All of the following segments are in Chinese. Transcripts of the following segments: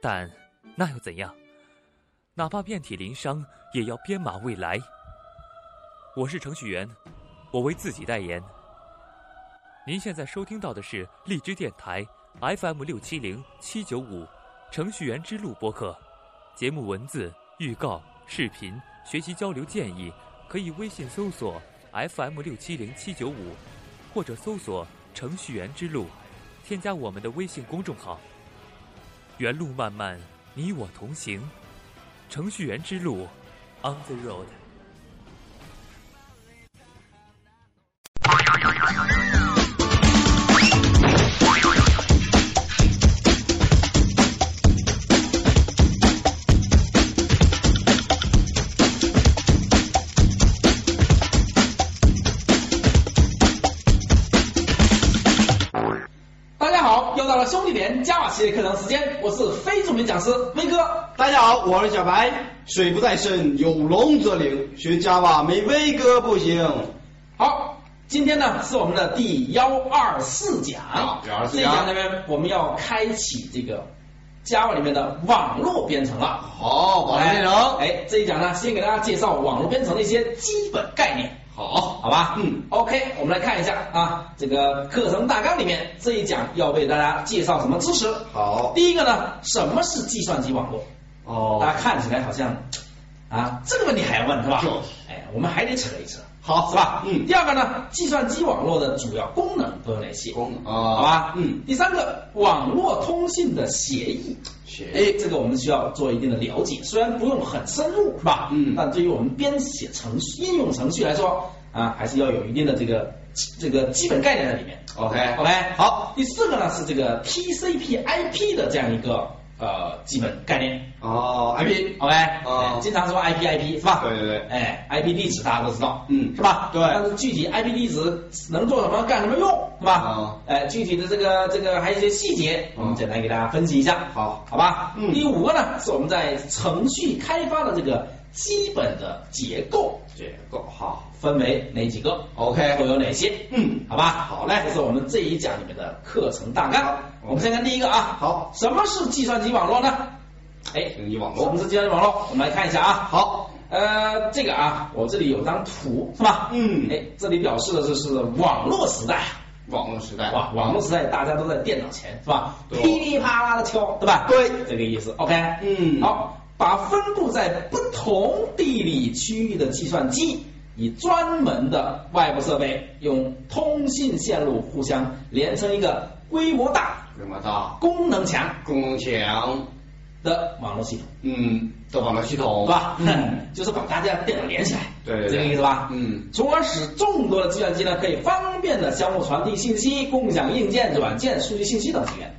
但那又怎样？哪怕遍体鳞伤，也要编码未来。我是程序员，我为自己代言。您现在收听到的是荔枝电台 FM 六七零七九五《程序员之路》播客，节目文字、预告、视频、学习交流建议，可以微信搜索 FM 六七零七九五，或者搜索“程序员之路”，添加我们的微信公众号。原路漫漫，你我同行，程序员之路，On the road。大家好，又到了兄弟连加瓦系列课程时间，我是非著名讲师威哥。大家好，我是小白。水不在深，有龙则灵。学 Java 没威哥不行。好，今天呢是我们的第幺二四讲， 124这一讲里面我们要开启这个 Java 里面的网络编程了。好，网络内容。哎，哎这一讲呢先给大家介绍网络编程的一些基本概念。好，好吧，嗯，OK，我们来看一下啊，这个课程大纲里面这一讲要为大家介绍什么知识？好。第一个呢，什么是计算机网络？大哦家，看起来好像啊，这个问题还要问是吧？就是哎，我们还得扯一扯，好是吧？嗯第二个呢，计算机网络的主要功能都有哪些？功能啊好吧？嗯。第三个，网络通信的协议，学哎，这个我们需要做一定的了解，虽然不用很深入，是吧？嗯但对于我们编写程序、应用程序来说，啊，还是要有一定的这个这个基本概念在里面。哎 OK OK，好。第四个呢是这个 TCP/IP 的这样一个呃基本概念。哦，IP OK，哦哎经常说 IP IP 是吧？对对对哎，IP 地址大家都知道，嗯是吧？对但是具体 IP 地址能做什么、干什么用，是吧哦？哎，具体的这个这个还有一些细节，我们嗯简单给大家分析一下，好好吧？嗯第五个呢，是我们在程序开发的这个基本的结构结构好。分为哪几个？都 OK，有哪些？嗯，好吧，好嘞，这是我们这一讲里面的课程大纲好。我们先看第一个啊，好，嗯什么是计算机网络呢？哎，计网什么络是计算机网络？我们来看一下啊。好。呃，这个啊，我这里有张图，是吧？嗯哎，这里表示的是是网络时代，哎网络时代哇，网络时代大家都在电脑前，是吧？对噼里啪啦的敲，对吧？对这个意思。OK，嗯好，把分布在不同地理区域的计算机。以专门的外部设备用通信线路互相连成一个规模大、规模大，功能强功能强，的网络系统。嗯，的网络系统是吧？嗯， 就是把大家电脑连起来，对对对这个意思吧？嗯，从而使众多的计算机呢，可以方便的相互传递信息，共享硬件、软件、数据信息等资源。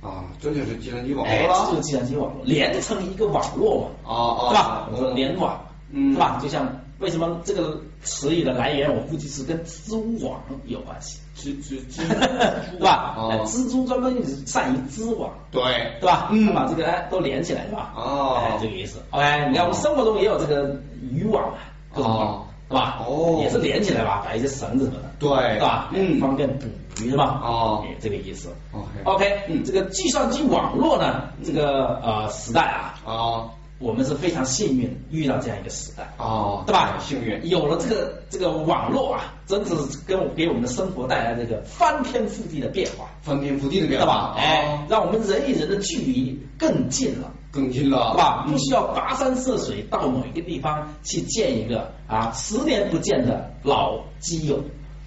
啊，这就是计算机网哎络，这就是了。计算机网络，连成一个网络嘛，哦哦，是吧？我们说连联网，嗯是吧？就像为什么这个词语的来源，我估计是跟蜘蛛网有关系，蜘蜘是 蜘，吧？哎哦，蜘蛛专门善于织网，对对吧？嗯它把这个哎都连起来，是吧？哦哎，这个意思。OK，你看我们生活中也有这个渔网啊，各种网哦，是吧？哦也是连起来吧，把一些绳子什么的，对是吧？嗯方便捕鱼是吧？哦哎这个意思。 ，OK， OK，嗯这个计算机网络呢，这个呃时代啊，啊我们是非常幸运遇到这样一个时代。啊，对吧？幸运，有了这个这个网络啊，真的是跟我给我们的生活带来这个翻天覆地的变化。翻天覆地知的变道化吧？，哎哦，让我们人与人的距离更近了，更近了，对吧？不需要跋山涉水到某一个地方去见一个啊十年不见的老基友，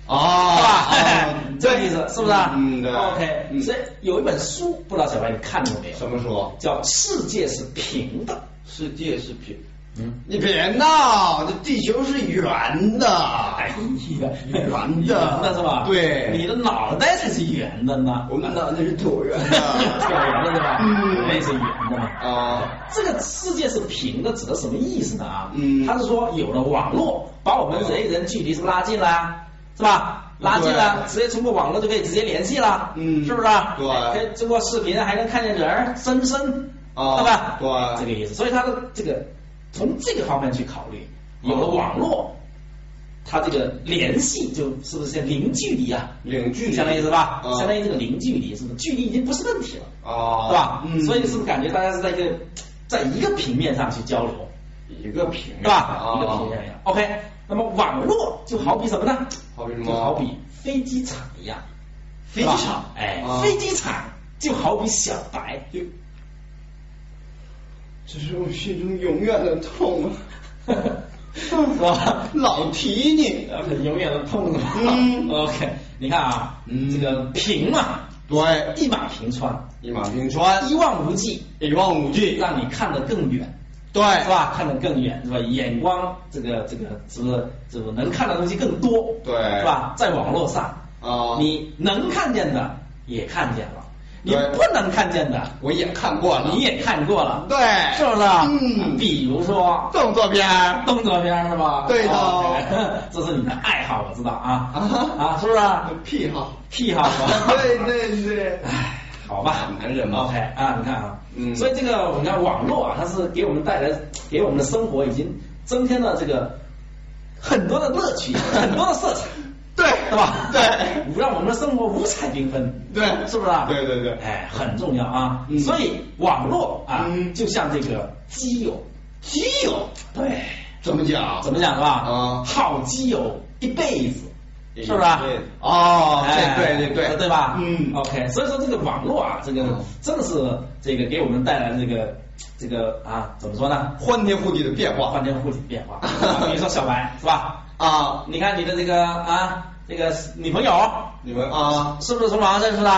啊，是 吧？哎哦这个意思是不是啊？嗯，对 OK，嗯所以有一本书，不知道小白你看过没有？什么说？叫《世界是平的世界是平嗯，你别闹，这地球是圆的。哎呀，圆的是吧？对你的脑袋才是圆的呢，我们脑袋是椭圆跳 的。圆的对 吧？嗯那是圆的嘛。啊，这个世界是平的，指的什么意思呢？啊，嗯他是说有了网络，把我们人与人距离是不是拉近啦，是吧？拉近了，直接通过网络就可以直接联系了，嗯是不是啊？对可以通过视频还能看见人儿真身，啊对吧？对这个意思。所以他的这个从这个方面去考虑，有了网络，他这个联系就是不是像零距离啊？领距离相当于是吧？啊相当于这个零距离，是不是？距离已经不是问题了。啊，对吧？嗯，所以是不是感觉大家是在一个在一个平面上去交流，一个平面对吧？啊一个平面上。OK，那么网络就好比什么呢？好比什么就好比飞机场一样，飞是机吧场，哎啊，飞机场就好比小白，就，这是我心中永远的痛 啊！是吧？老提你，永远的碰了。嗯 OK，你看啊，嗯这个平嘛，对，一马平川，一马平川，一望无际，一望无际，让你看得更远。对，是吧？看得更远，是吧？眼光这个这个是不是是不是能看到东西更多？对是吧？在网络上，啊你能看见的也看见了，你对不能看见的我也看过了，你也看过了，对，是不是？嗯，比如说动作片儿动作片是吧？对的哦 这是你的爱好，我知道啊啊，是不是？ 癖好，癖好嘛啊 对对对，唉，好吧，男人嘛 OK 啊，你看啊，嗯所以这个我们看网络啊，它是给我们带来，给我们的生活已经增添了这个很多的乐趣，很多的色彩，对，对吧？对，，让我们的生活五彩缤纷，对是不是啊？对对对哎，很重要啊。嗯所以网络啊，嗯就像这个基友，基友对，哎怎么讲？怎么讲是吧？啊好基友一辈子，是不是啊？哦，哎对对对哎对，对吧？嗯， ，OK。所以说这个网络啊，这个嗯真的是这个给我们带来的这个这个啊，怎么说呢？欢天护地的变化换天护理变 化，比如说小白是吧？啊，你看你的这个啊，这个女朋友你们啊，是不是从网上认识的？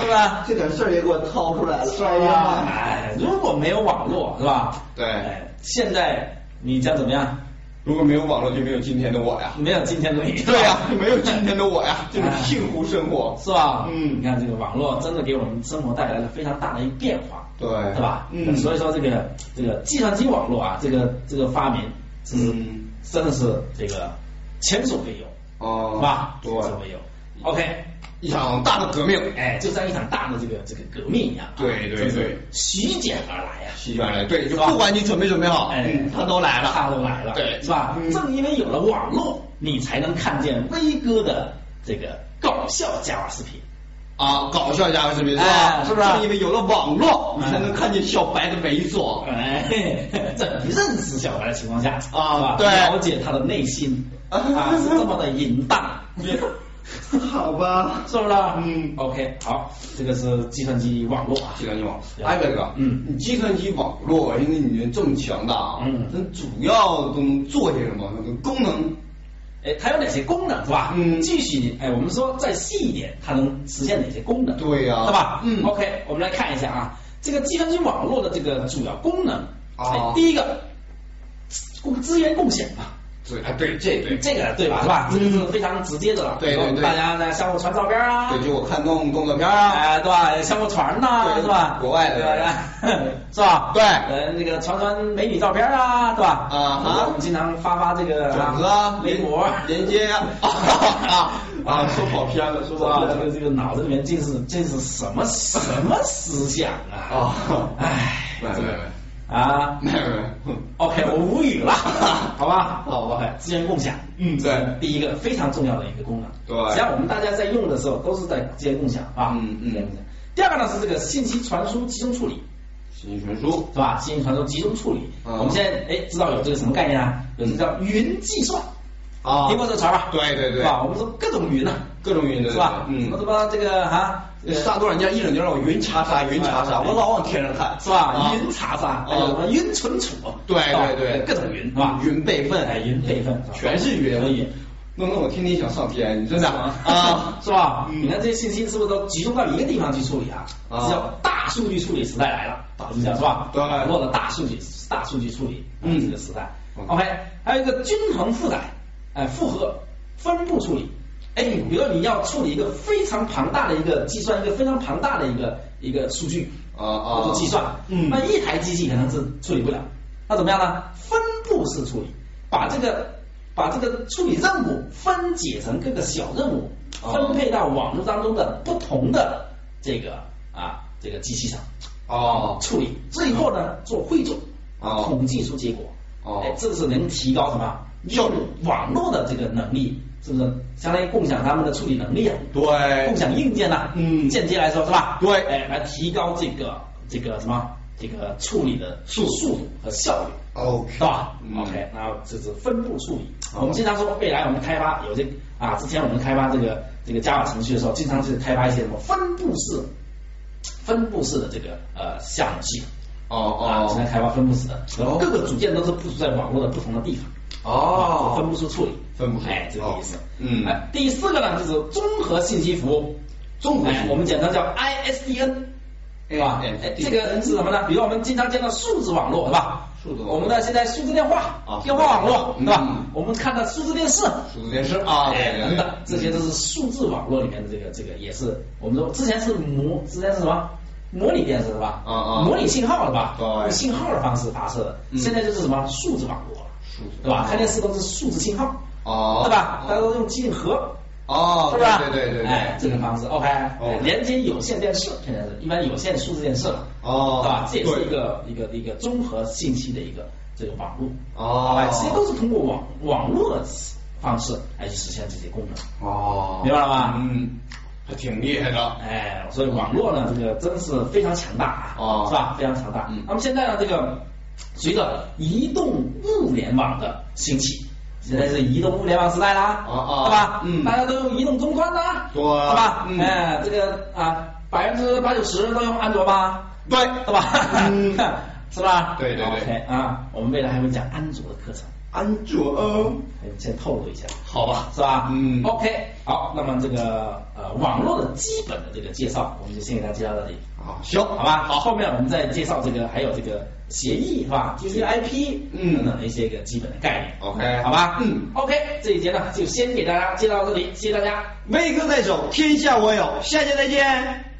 是吧？这点事儿也给我掏出来了，是吧？哎，如果没有网络是吧？对哎，现在你将怎么样？如果没有网络，就没有今天的我呀。没有今天的你， 对呀、 哎没有今天的我 呀，这种幸福生活。是吧？嗯你看这个网络真的给我们生活带来了非常大的一个变化，对对吧？嗯所以说这个这个计算机网络啊，这个这个发明，这是、嗯真的是这个前所未有，哦是吧？对前，所未有。OK，一场大的革命，哎，就像一场大的这个这个革命一样、啊，对对真是对席卷而来呀、席卷来，对，是就吧不管你准没准备好，哎嗯，他都来了，他都来了，对，是吧？嗯正因为有了网络，你才能看见威哥的这个搞笑加瓦视频。啊，搞笑家伙视频是吧？哎是不是因为有了网络，你哎才能看见小白的猥琐。哎， 在不认识小白的情况下啊是吧对了解他的内 心啊，是这么的淫荡， 好吧，是不是啊？嗯，OK，好，这个是计算机网络啊计，算机网，哎，哥哥，嗯你计算机网络现在你们这么强大啊，嗯那主要都能做些什么？那个功能哎，它有哪些功能是吧？嗯继续你，哎，我们说再细一点，它能实现哪些功能？对呀是吧？嗯，OK，我们来看一下啊，这个计算机网络的这个主要功能，哦哎，第一个，共资源共享嘛。对，哎，对，这对，嗯这个对吧？是吧？这个是非常直接的了。对对对大家呢相互传照片啊，对，就我看动动作片儿啊，哎，对吧？相互传呐，对是吧？国外的对吧？ 是吧？对呃，那个传传美女照片啊，对吧？啊哈我们经常发发这个啊整合微博。啊 连接啊啊啊！说跑偏了，说说实跑话，这偏个了这个脑子里面尽是尽是什么什么思想啊！啊！哎，没这没个啊没没，OK，我无 语了，好吧？好吧 OK，资源共享，嗯对第一个非常重要的一个功能。对只要我们大家在用的时候，都是在资源共享啊。嗯嗯资源共享。第二个呢是这个信息传输集中处理，信息传输是吧？信息传输集中处理。嗯我们现在哎知道有这个什么概念啊？有这个叫云计算，啊听过这个词儿吧？对对对是吧？我们说各种云呐，啊各种云的是吧？嗯什么，什么这个啊，这个杀多软件一整天让我云查杀云查杀，哎我老往天上看，是吧啊？云查查，还有什么云存储，啊对是吧对对各种云是吧？云备份哎，云备份是吧全是云可以。弄得我天天想上哎天，你真的啊是吧？嗯你看这些信息是不是都集中到一个地方去处理啊？啊这叫大大数据处理时代来了，导致这样是吧？对网络的大数据大数据处理，嗯这个时代。嗯 OK，还有一个均衡负载，哎，复合分布处理。哎，你比如说你要处理一个非常庞大的一个计算，一个非常庞大的一个一个数据，啊啊做计算，嗯那一台机器可能是处理不了，那怎么样呢？分布式处理，把这个把这个处理任务分解成各个小任务，哦分配到网络当中的不同的这个啊这个机器上哦处理，最后呢做汇总，哦统计出结果，哦哎，这个是能提高什么效率网络的这个能力，是不是？相当于共享他们的处理能力啊。共对，享硬件呐、嗯间接来说是吧？对哎，来提高这个这个什么这个处理的速速度速度和效率， OK 是吧、嗯 o k 那这是分布处理。好我们经常说，未来我们开发有这啊，之前我们开发这个这个 Java 程序的时候，经常是开发一些什么分布式分布式的这个呃项目系统。哦啊，之前哦开发分布式的，然后哦各个组件都是部署在网络的不同的地方。哦，分布式处理，分布式哎，这个意思哦。嗯哎，第四个呢就是综合信息服务，综合信息哎我们简称叫 ISDN，是吧？哎哎哎这个是什么呢？比如我们经常见到数字网络，是吧？数字网络我们的现在数字电话啊，电话网络，嗯对吧？我们看到数字电视。数字电视啊，哎，对等等，这些都是数字网络里面的这个这个，也是我们说之前是模，之前是什么模拟电视是吧？啊啊模拟信号是吧？对用信号的方式发射的，嗯现在就是什么数字网络了，数字对吧？看电视都是数字信号，哦，对吧？大家都用机顶盒，哦，是吧？对对对对，哎，这个方式 OK，哦连接有线电视，现在是一般有线数字电视了，哦对吧？这也对是一个一个一个综合信息的一个这个网络，哦哎，其实都是通过网网络的方式来去实现这些功能。哦，明白了吧嗯，还挺厉害的。哎，所以网络呢，这个真是非常强大啊，哦是吧？非常强大。嗯那么现在呢，这个随着移动物联网的兴起，现在是移动物联网时代啦，哦哦对吧？嗯大家都用移动终端啦，对是吧？嗯哎，这个啊，百分之八九十都用安卓吧，对，对吧？嗯 是吧？对对对 OK 啊，我们未来还会讲安卓的课程，安卓，嗯我们先透露一下。好吧，是吧？嗯，OK，好，那么这个呃网络的基本的这个介绍，我们就先给大家介绍到这里，好，行，好吧？好，后面我们再介绍这个还有这个协议是吧？TCP/IP 嗯等等的一些个基本的概念 OK 好吧？嗯，OK，这一节呢就先给大家介绍到这里，谢谢大家。威哥在手，天下我有，下期再见。